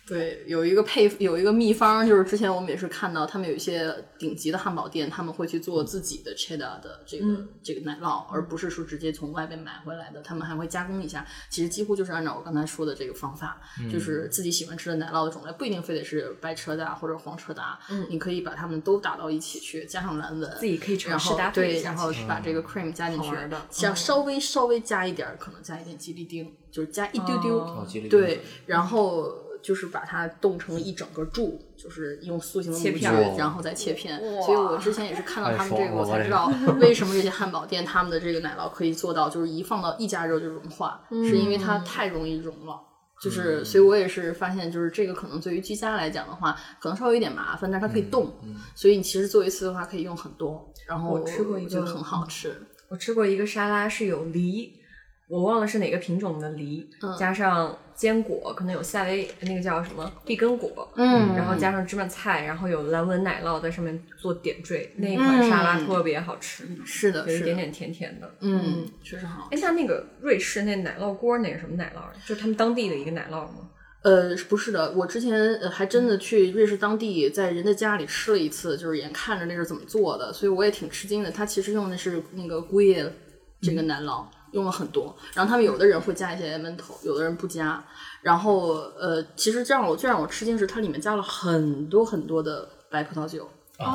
S1: 对，有一个配有一个秘方，就是之前我们也是看到，他们有一些顶级的汉堡店，他们会去做自己的 cheddar 的这个、这个奶酪，而不是说直接从外边买回来的，他们还会加工一下。其实几乎就是按照我刚才说的这个方法，就是自己喜欢吃的奶酪的种类，不一定非得是白车达或者黄车达，嗯、你可以把它们都打到一起去，加上蓝纹，
S4: 自己可以尝
S1: 然
S4: 试
S1: 后
S4: 搭配一
S1: 对，
S4: 下
S1: 然后
S4: 其实
S1: 把这个 cream 加进
S4: 好
S1: 去
S4: 玩的，
S1: 像
S4: 嗯
S1: 稍微稍微加一点儿，可能加一点吉利丁，就是加一丢丢，
S4: 哦
S2: 吉利丁
S1: 呃对，然后就是把它冻成一整个柱，就是用塑形的
S4: 切
S1: 模具
S4: 片
S2: 儿，
S1: 然后再切片。
S4: 哇
S1: 所以我之前也是看到他们这
S2: 太
S1: 个，
S2: 爽了
S1: 我才知道为什么这些汉堡店他们的这个奶酪可以做到，就是一放到一加热就融化，
S4: 嗯
S1: 是因为它太容易融了。就是，所以我也是发现，就是这个可能对于居家来讲的话，可能稍微有点麻烦，但是它可以
S2: 嗯
S1: 冻，所以你其实做一次的话可以用很多，然后
S4: 我吃过一个
S1: 觉得很好吃，
S4: 我吃过一个沙拉是有梨，我忘了是哪个品种的梨，
S1: 嗯
S4: 加上坚果，可能有夏威那个叫什么碧根果，
S1: 嗯
S4: 然后加上芝麻菜，然后有蓝纹奶酪在上面做点缀，那一款沙拉特别好吃，
S1: 嗯是的，
S4: 有一
S1: 是
S4: 点
S1: 的，
S4: 点甜甜的。
S1: 嗯，确实好。
S4: 哎，像那个瑞士那奶酪锅，那个什么奶酪啊，就是他们当地的一个奶酪吗？
S1: 呃，不是的，我之前呃还真的去瑞士当地，在人家家里吃了一次，就是眼看着那是怎么做的，所以我也挺吃惊的。他其实用的是那个姑爷这个奶酪，用了很多。然后他们有的人会加一些 mento，有的人不加。然后呃，其实这让我最让我吃惊是，它里面加了很多很多的白葡萄酒。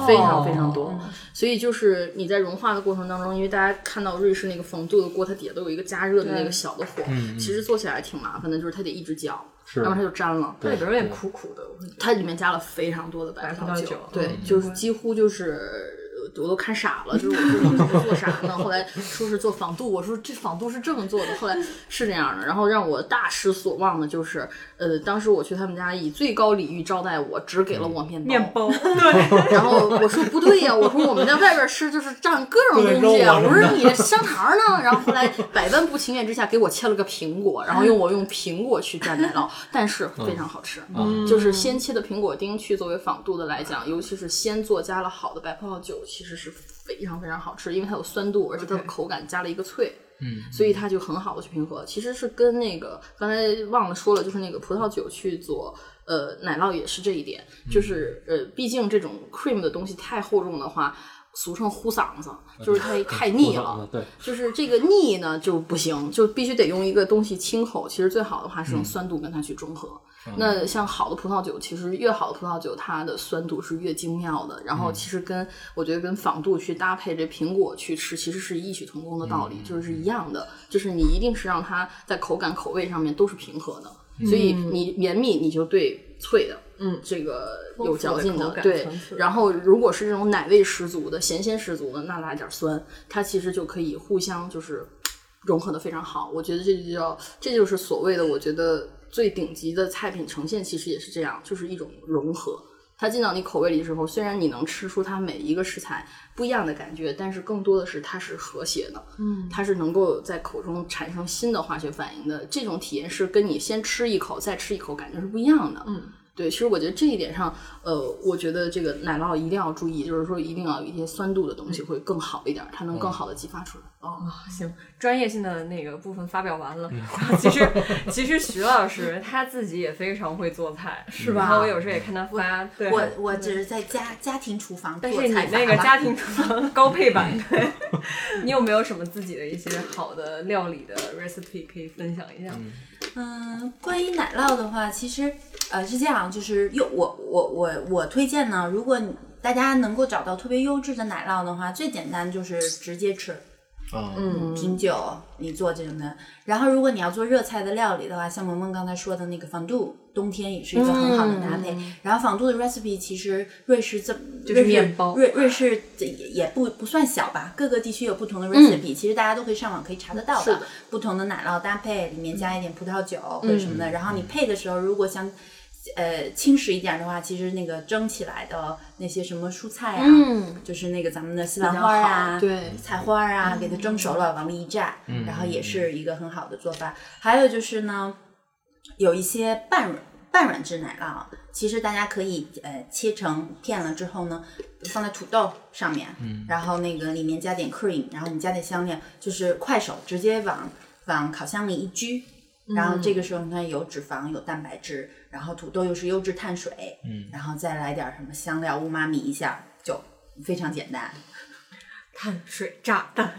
S1: 非常非常多，所以就是你在融化的过程当中，因为大家看到瑞士那个缝度的锅，它底下都有一个加热的那
S4: 对
S1: 个小的火，其实做起来挺麻烦的，就是它得一直搅，
S2: 是
S1: 然后它就粘了。
S4: 它里边有点苦苦的，我会觉得
S1: 它里面加了非常多的白
S4: 白葡
S1: 萄
S4: 萄
S1: 酒，
S4: 酒
S1: 对，
S4: 嗯
S1: 就是几乎就是。呃我都看傻了，就是我说你们做啥呢？后来说是做仿度，我说这仿度是这么做的，后来是这样的。然后让我大失所望的就是，呃，当时我去他们家以最高礼遇招待我，只给了我面包。
S4: 面包，对，
S1: 然后我说不对呀、我说我们在外边吃就是蘸各种东西啊，
S2: 对肉啊
S1: 我说你这香肠呢？然后后来百般不情愿之下给我切了个苹果，然后用我用苹果去蘸奶酪，但是非常好吃，
S2: 嗯
S1: 就是先切的苹果丁去作为仿度的来讲，尤其是先做加了好的白葡萄酒，其实是非常非常好吃，因为它有酸度，而且它的
S4: OK
S1: 口感加了一个脆。
S2: 嗯，
S1: 所以它就很好的去平和。其实是跟那个刚才忘了说了，就是那个葡萄酒去做。呃，奶酪也是这一点，就是呃，毕竟这种 cream 的东西太厚重的话，俗称呼嗓子，就是太太腻
S2: 嗯
S1: 了。
S2: 对，
S1: 就是这个腻呢就不行，就必须得用一个东西清口。其实最好的话是用酸度跟它去中和。那像好的葡萄酒，其实越好的葡萄酒，它的酸度是越精妙的。然后其实跟、我觉得跟仿度去搭配这苹果去吃，其实是异曲同工的道理，就是是一样的。就是你一定是让它在口感、口味上面都是平和的，所以你绵密你就对脆的。
S4: 嗯
S1: 这个
S4: 丰
S1: 有
S4: 富
S1: 嚼
S4: 的
S1: 劲
S4: 口
S1: 的，
S4: 感
S1: 对
S4: 层。次
S1: 然后，如果是这种奶味十足的、咸鲜十足的，那来点酸，它其实就可以互相就是融合的非常好。我觉得这就叫，这就是所谓的，我觉得最顶级的菜品呈现，其实也是这样，就是一种融合。它进到你口味里的时候，虽然你能吃出它每一个食材不一样的感觉，但是更多的是它是和谐的， 嗯，它是能够在口中产生新的化学反应的。这种体验是跟你先吃一口再吃一口感觉是不一样的，嗯，对，其实我觉得这一点上，呃，我觉得这个奶酪一定要注意，就是说一定要有一些酸度的东西会更好一点，它能更好的激发出来。
S4: 哦，行，专业性的那个部分发表完了。然后其实其实徐老师他自己也非常会做菜，是
S1: 吧
S4: 然后我有时候也看他发，对。
S3: 我我只是在家家庭厨房做
S4: 但是你
S3: 菜法
S4: 那个
S3: 吧
S4: 家庭厨房高配版，对，你有没有什么自己的一些好的料理的 recipe 可以分享一下？
S3: 嗯，关于奶酪的话，其实呃是这样，就是优我我我我推荐呢，如果你大家能够找到特别优质的奶酪的话，最简单就是直接吃，
S2: 啊，
S1: 嗯
S3: 品酒你做这种的。然后如果你要做热菜的料理的话，像萌萌刚才说的那个仿度，冬天也是一个很好的搭配。然后仿度的 recipe 其实瑞士这
S4: 就
S3: 瑞
S4: 是
S3: 士
S4: 面包
S3: 瑞瑞士这也也不不算小吧，各个地区有不同的 recipe，、其实大家都可以上网可以查得到
S1: 是的
S3: 不同的奶酪搭配，里面加一点葡萄酒或者什么的。然后你配的时候，如果想呃轻食一点的话，其实那个蒸起来的那些什么蔬菜啊，
S1: 嗯，
S3: 就是那个咱们的西兰花啊，
S1: 对，
S3: 采花儿啊，给它蒸熟了，往里一炸，然后也是一个很好的做法。还有就是呢，有一些半软半软质奶酪，其实大家可以呃切成片了之后呢，放在土豆上面，然后那个里面加点 cream，然后你加点香料，就是快手直接往往烤箱里一焗。然后这个时候你看有脂肪有蛋白质，然后土豆又是优质碳水，
S2: 嗯，
S3: 然后再来点什么香料乌妈咪一下就非常简单。
S4: 碳水炸弹。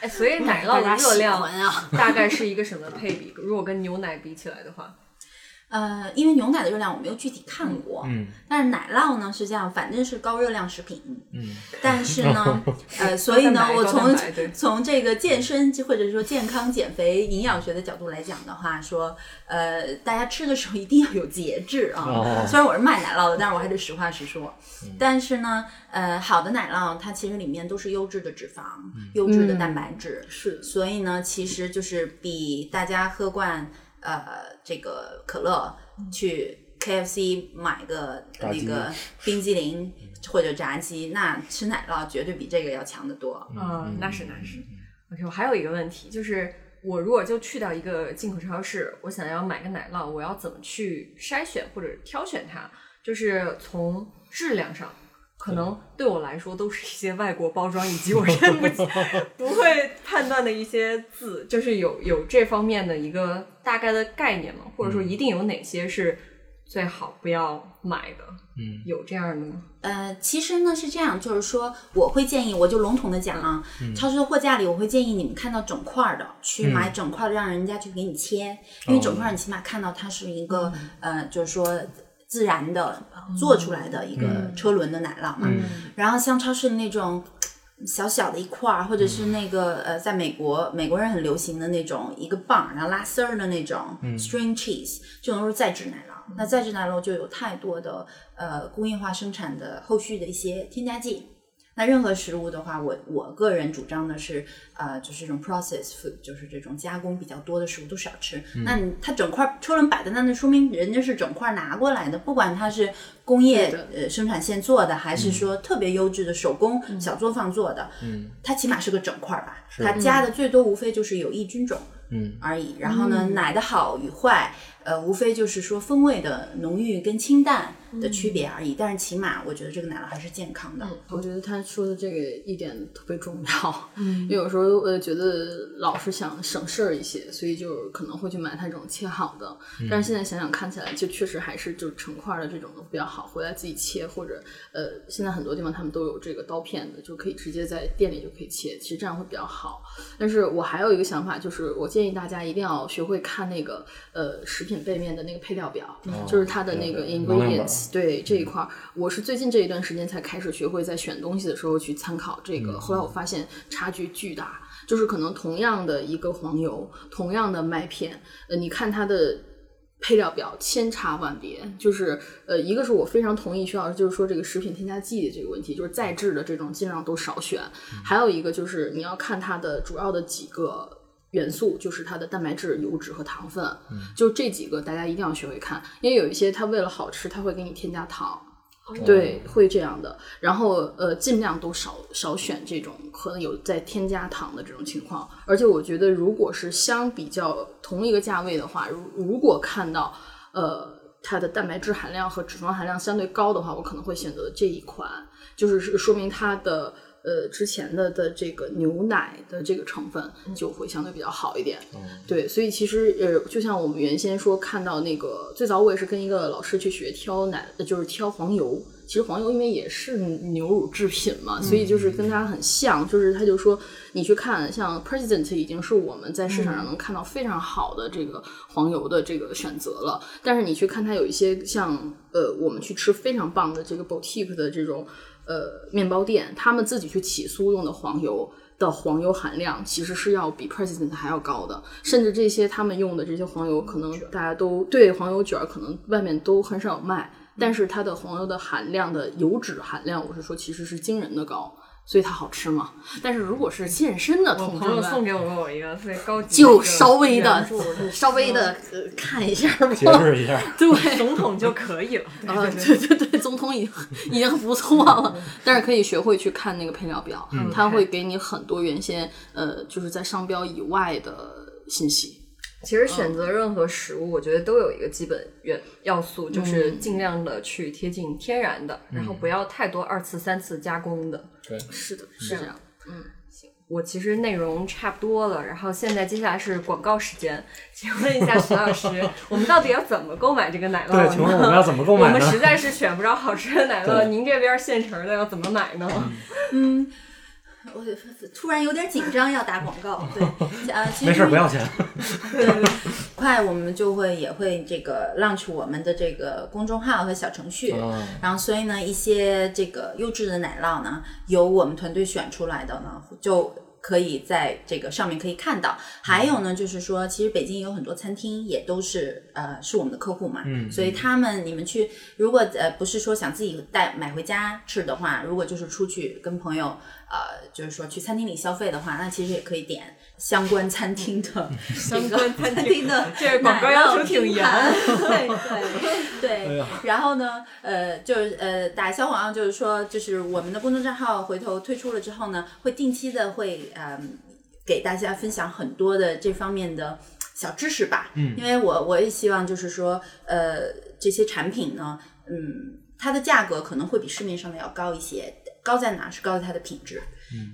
S4: 哎，所以奶酪的热
S1: 嗯大家
S4: 量
S1: 喜欢啊，
S4: 大概是一个什么配比？如果跟牛奶比起来的话，
S3: 呃，因为牛奶的热量我没有具体看过，
S2: 嗯
S3: 但是奶酪呢是这样，反正是高热量食品，
S2: 嗯，哦
S3: 但是呢，呃，所以呢
S4: 高蛋，白
S3: 我
S4: 高
S3: 从
S4: 蛋白对
S3: 从这个健身或者说健康减肥营养学的角度来讲的话，说呃，大家吃的时候一定要有节制啊。
S2: 哦嗯
S3: 虽然我是卖奶酪的，但是我还得实话实说。但是呢，呃，好的奶酪它其实里面都是优质的脂肪、
S2: 嗯
S3: 优质的蛋白质，
S1: 是
S3: 所以呢，其实就是比大家喝惯呃这个可乐，去 KFC 买个
S2: 嗯炸
S3: 那
S2: 鸡嗯
S3: 个冰激凌或者炸鸡，那吃奶酪绝对比这个要强得多。
S4: 啊、那是那是。OK，我还有一个问题，就是我如果就去到一个进口超市，我想要买个奶酪，我要怎么去筛选或者挑选它？就是从质量上，可能对我来说都是一些外国包装以及我认不起不会判断的一些字，就是有有这方面的一个大概的概念吗？或者说一定有哪些是最好不要买的？
S2: 嗯，
S4: 有这样的吗？
S3: 呃，其实呢是这样，就是说我会建议，我就笼统的讲啊，超市的货架里我会建议你们看到整块儿的去买整块儿的，让人家去给你切，因为整块儿你起码看到它是一个、呃，就是说自然的做出来的一个车轮的奶酪嘛。然后像超市的那种。小小的一块儿，或者是那个、呃，在美国美国人很流行的那种一个棒儿，然后拉丝儿的那种、string cheese，这种都是再制奶酪。那再制奶酪就有太多的呃工业化生产的后续的一些添加剂。那任何食物的话，我我个人主张的是，呃，就是这种 processed food，就是这种加工比较多的食物都少吃。
S2: 嗯
S3: 那你它整块车轮摆在那，那说明人家是整块拿过来的，不管它是工业
S1: 对的
S3: 呃生产线做的，还是说特别优质的手工、小作坊做的，
S2: 嗯，
S3: 它起码是个整块儿吧。
S2: 是
S3: 它加的最多无非就是有益菌种，
S2: 嗯
S3: 而已。然后呢，奶的好与坏，呃，无非就是说风味的浓郁跟清淡的区别而已。但是起码我觉得这个奶酪还是健康的。
S1: 我觉得他说的这个一点特别重要，嗯，因为有时候呃觉得老是想省事儿一些，所以就可能会去买它这种切好的，但是现在想想看起来就确实还是就成块儿的这种比较好，回来自己切或者呃现在很多地方他们都有这个刀片的，就可以直接在店里就可以切，其实这样会比较好。但是我还有一个想法，就是我建议大家一定要学会看那个呃食品背面的那个配料表，就是它的那个
S2: 对能嗯量表
S1: ingredients，对这一块儿，我是最近这一段时间才开始学会在选东西的时候去参考这
S2: 嗯
S1: 个，后来我发现差距巨大，就是可能同样的一个黄油，同样的麦片，呃，你看它的。配料表千差万别，就是呃，一个是我非常同意徐老师，就是说这个食品添加剂的这个问题，就是再制的这种尽量都少选。
S2: 嗯
S1: 还有一个就是你要看它的主要的几个元素，就是它的蛋白质、油脂和糖分，就这几个大家一定要学会看，因为有一些它为了好吃，它会给你添加糖。对，会这样的。然后呃，尽量都少少选这种可能有在添加糖的这种情况。而且我觉得，如果是相比较同一个价位的话，如如果看到呃它的蛋白质含量和脂肪含量相对高的话，我可能会选择这一款，就是是说明它的呃之前的的这个牛奶的这个成分就会相对比较好一点。对，所以其实呃，就像我们原先说看到那个，最早我也是跟一个老师去学挑奶，呃就是挑黄油。其实黄油因为也是牛乳制品嘛，所以就是跟它很像，就是他就说你去看像 President 已经是我们在市场上能看到非常好的这个黄油的这个选择了，但是你去看它有一些像呃我们去吃非常棒的这个 boutique 的这种呃面包店，他们自己去起酥用的黄油。的黄油含量其实是要比 President 还要高的，甚至这些他们用的这些黄油，可能大家都对黄油卷儿可能外面都很少有卖，但是它的黄油的含量的油脂含量，我是说其实是惊人的高，所以它好吃嘛。但是如果是健身的
S4: 我
S1: 同志
S4: 朋友送
S1: 们，
S4: 给我我一个最高级的一
S1: 就
S4: 个
S1: 稍微的
S4: 援助
S1: 稍微的、呃、看一下
S2: 节
S1: 吧。
S2: 制一下，
S1: 对，
S4: 总统就可以 了。
S1: 啊， 对嗯对对，总统已经已经不错了，但是可以学会去看那个配料表，它会给你很多原先呃就是在商标以外的信息。
S4: 其实
S2: 嗯
S4: 选择任何食物，我觉得都有一个基本元要素，
S2: 嗯
S4: 就是尽量的去贴近天然的，然后不要太多二次、三次加工的。
S2: 对，
S1: 是的，是啊这样。
S4: 我其实内容差不多了，然后现在接下来是广告时间，请问一下徐老师， 我们到底要怎么购买这个奶酪呢？
S2: 对，请问我们要怎么购
S4: 我
S2: 买
S4: 们
S2: 呢？
S4: 实在是选不着好吃的 奶酪，
S2: 对
S4: 您这边现成的要怎么买呢？
S3: 嗯，我突然有点紧张，要打广 告。对，呃，其实
S2: 没事，不要钱。
S3: 快，我们就会也会这个 launch 我们的这个公众号和小程序。
S2: 嗯
S3: 然后，所以呢，一些这个优质的奶酪呢，由我们团队选出来的呢，就可以在这个上面可以看到。还有呢，就是说，其实北京有很多餐厅也都是呃是我们的客户嘛，
S2: 嗯
S3: 所以他们你们去，如果呃不是说想自己带买回家吃的话，如果就是出去跟朋友呃就是说去餐厅里消费的话，那其实也可以点相关餐厅的相
S4: 关餐厅
S3: 的
S4: 这广告要求挺严
S3: 奶酪拼盘对对
S2: 哎
S3: 对
S2: 呀。
S3: 然后呢，呃，就是呃打小广告，就是说，就是我们的公众账号回头推出了之后呢，会定期的会嗯、给大家分享很多的这方面的小知识吧。嗯，因为我我也希望就是说，呃，这些产品呢，嗯，它的价格可能会比市面上的要高一些，高在哪是高在它的品质。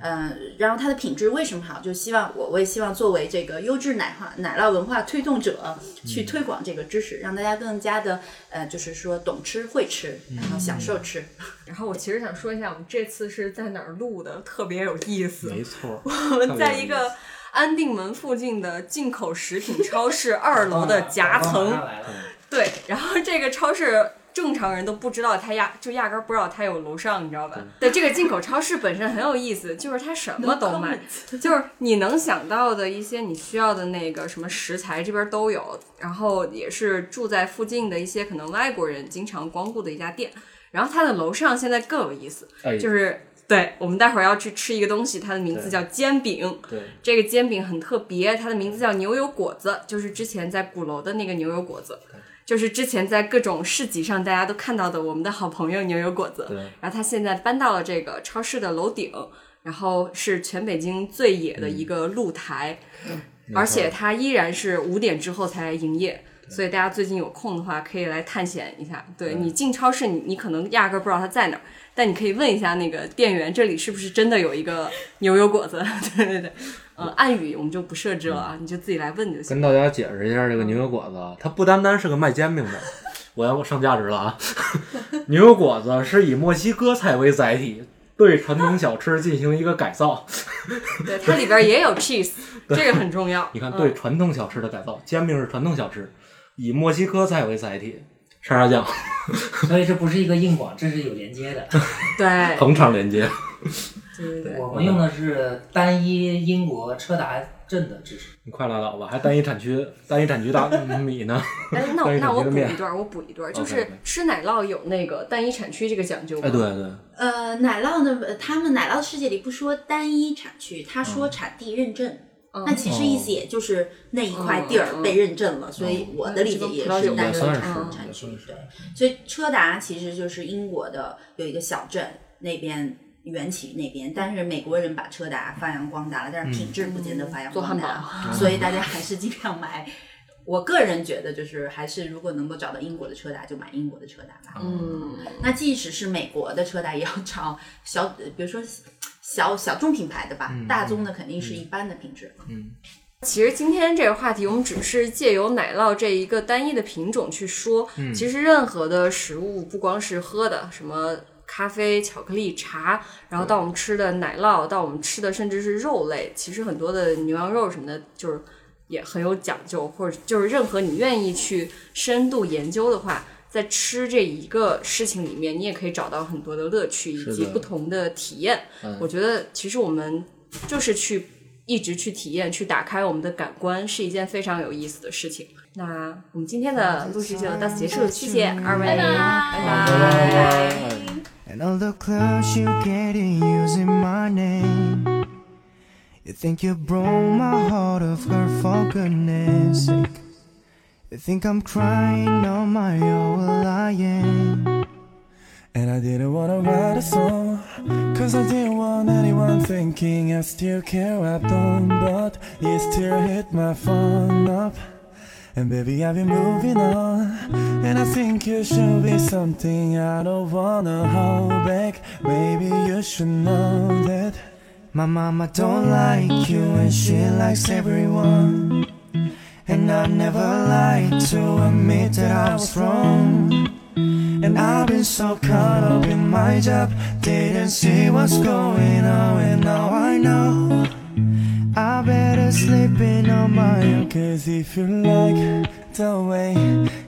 S3: 嗯、然后它的品质为什么好？就希望我我也希望作为这个优质奶化奶酪文化推动者，
S4: 嗯
S3: 去推广这个知识，让大家更加的呃，就是说懂吃会吃，然
S4: 嗯
S3: 后享受吃。
S4: 然后我其实想说一下，我们这次是在哪儿录的，特别有意思。
S2: 没错，
S4: 我们在一个安定门附近的进口食品超市二楼的
S2: 啊哦
S4: 夹层，对，然后这个超市。正常人都不知道它压，就压根儿不知道它有楼上，你知道吧？对，这个进口超市本身很有意思，就是它什么都卖，就是你能想到的一些你需要的那个什么食材，这边都有。然后也是住在附近的一些可能外国人经常光顾的一家店。然后它的楼上现在更有意思，
S2: 哎，
S4: 就是对我们待会儿要去吃一个东西，它的名字
S2: 对
S4: 叫煎饼。
S2: 对，
S4: 这个煎饼很特别，它的名字叫牛油果子，就是之前在鼓楼的那个牛油果子，就是之前在各种市集上大家都看到的我们的好朋友牛油果子。
S2: 对
S4: 然后它现在搬到了这个超市的楼顶，然后是全北京最野的一个露台，而且它依然是五点之后才营业。所以大家最近有空的话，可以来探险一下。对你进超市你，你可能压根儿不知道它在哪儿，但你可以问一下那个店员，这里是不是真的有一个牛油果子？ 对对对，呃，暗语我们就不设置了啊，你就自己来问就
S2: 跟
S4: 行。
S2: 大家解释一下，这个牛油果子，啊它不单单是个卖煎饼的。我要上价值了啊！ 牛油果子是以墨西哥菜为载体，对传统小吃进行一个改造。
S4: 对，它里边也有 cheese，这个很重要。
S2: 你看，
S4: 嗯
S2: 对传统小吃的改造，煎饼是传统小吃，以墨西哥菜为载体，沙沙酱
S5: 所以这不是一个硬广，这是有连接的。
S4: 对
S2: 捧场连接。
S4: 对对对，
S5: 我们用的是单一英国车达镇的知识。
S2: 你快拉倒吧，还单一产区，单一产区大嗯米呢？
S4: 哎，那
S2: 但
S4: 我
S2: 是
S4: 那
S2: 你这
S4: 我
S2: 个
S4: 补
S2: 面哦
S4: 一段，我补一段，就
S2: OK，OK
S4: 是吃奶酪有那个单一产区这个讲究 吗。
S2: 哎，对对，
S3: 呃，奶酪呢，呃他们奶酪世界里不说单一产区，他
S4: 嗯
S3: 说产地认证。那其实意思也就是那一块地
S4: 哦嗯嗯
S3: 儿被认证了，所以我的理解也
S4: 嗯这
S3: 是
S4: 个
S3: 单
S2: 也
S3: 一
S2: 算
S3: 产
S2: 是
S3: 产区。对，所以车达其实就是英国的有一个小镇那边。缘起那边，但是美国人把车达发扬光大了，但是品质不见得发扬
S4: 嗯做
S3: 光
S4: 汉啊
S3: 大，所以大家还是尽量买我个人觉得，就是还是如果能够找到英国的车达，就买英国的车达吧。
S1: 嗯，
S3: 那即使是美国的车达，也要找小，呃比如说小小众品牌的吧。大宗的肯定是一般的品质。
S4: 其实今天这个话题，我们只是借由奶酪这一个单一的品种去说。
S2: 嗯
S4: 其实任何的食物，不光是喝的，什么咖啡、巧克力、茶，然后到我们吃的奶酪，到我们吃的甚至是肉类，其实很多的牛羊肉什么的，就是也很有讲究，或者就是任何你愿意去深度研究的话。在吃这一个事情里面，你也可以找到很多的乐趣以
S2: 是
S4: 及
S2: 的
S4: 不同的体验。
S2: 嗯
S4: 我觉得其实我们就是去一直去体验、去打开我们的感官，是一件非常有意思的事情。那我们今天的录制就到此结束，谢谢二位，拜拜拜
S6: And all the clothes you getting using my name. You think you broke my heart of her for goodness sake. You think I'm crying on my own, well I am.
S7: And I didn't wanna write a song Cause I didn't want anyone thinking I still care, I don't But it still hit my phone up And baby I've been moving on And I think you should be something I don't wanna hold back Maybe you should know that
S6: My mama don't like you and she likes everyone. And I never like to admit that I was wrong. And I've been so caught up in my job, didn't see what's going on, and now I know. I better sleep in on my own.
S7: Cause if you like the way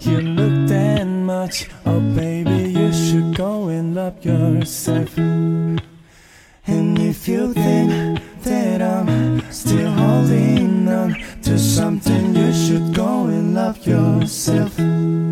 S7: you look that much Oh baby you should go and love yourself
S6: And if you think that I'm still holding on to something, you should go and love yourself. And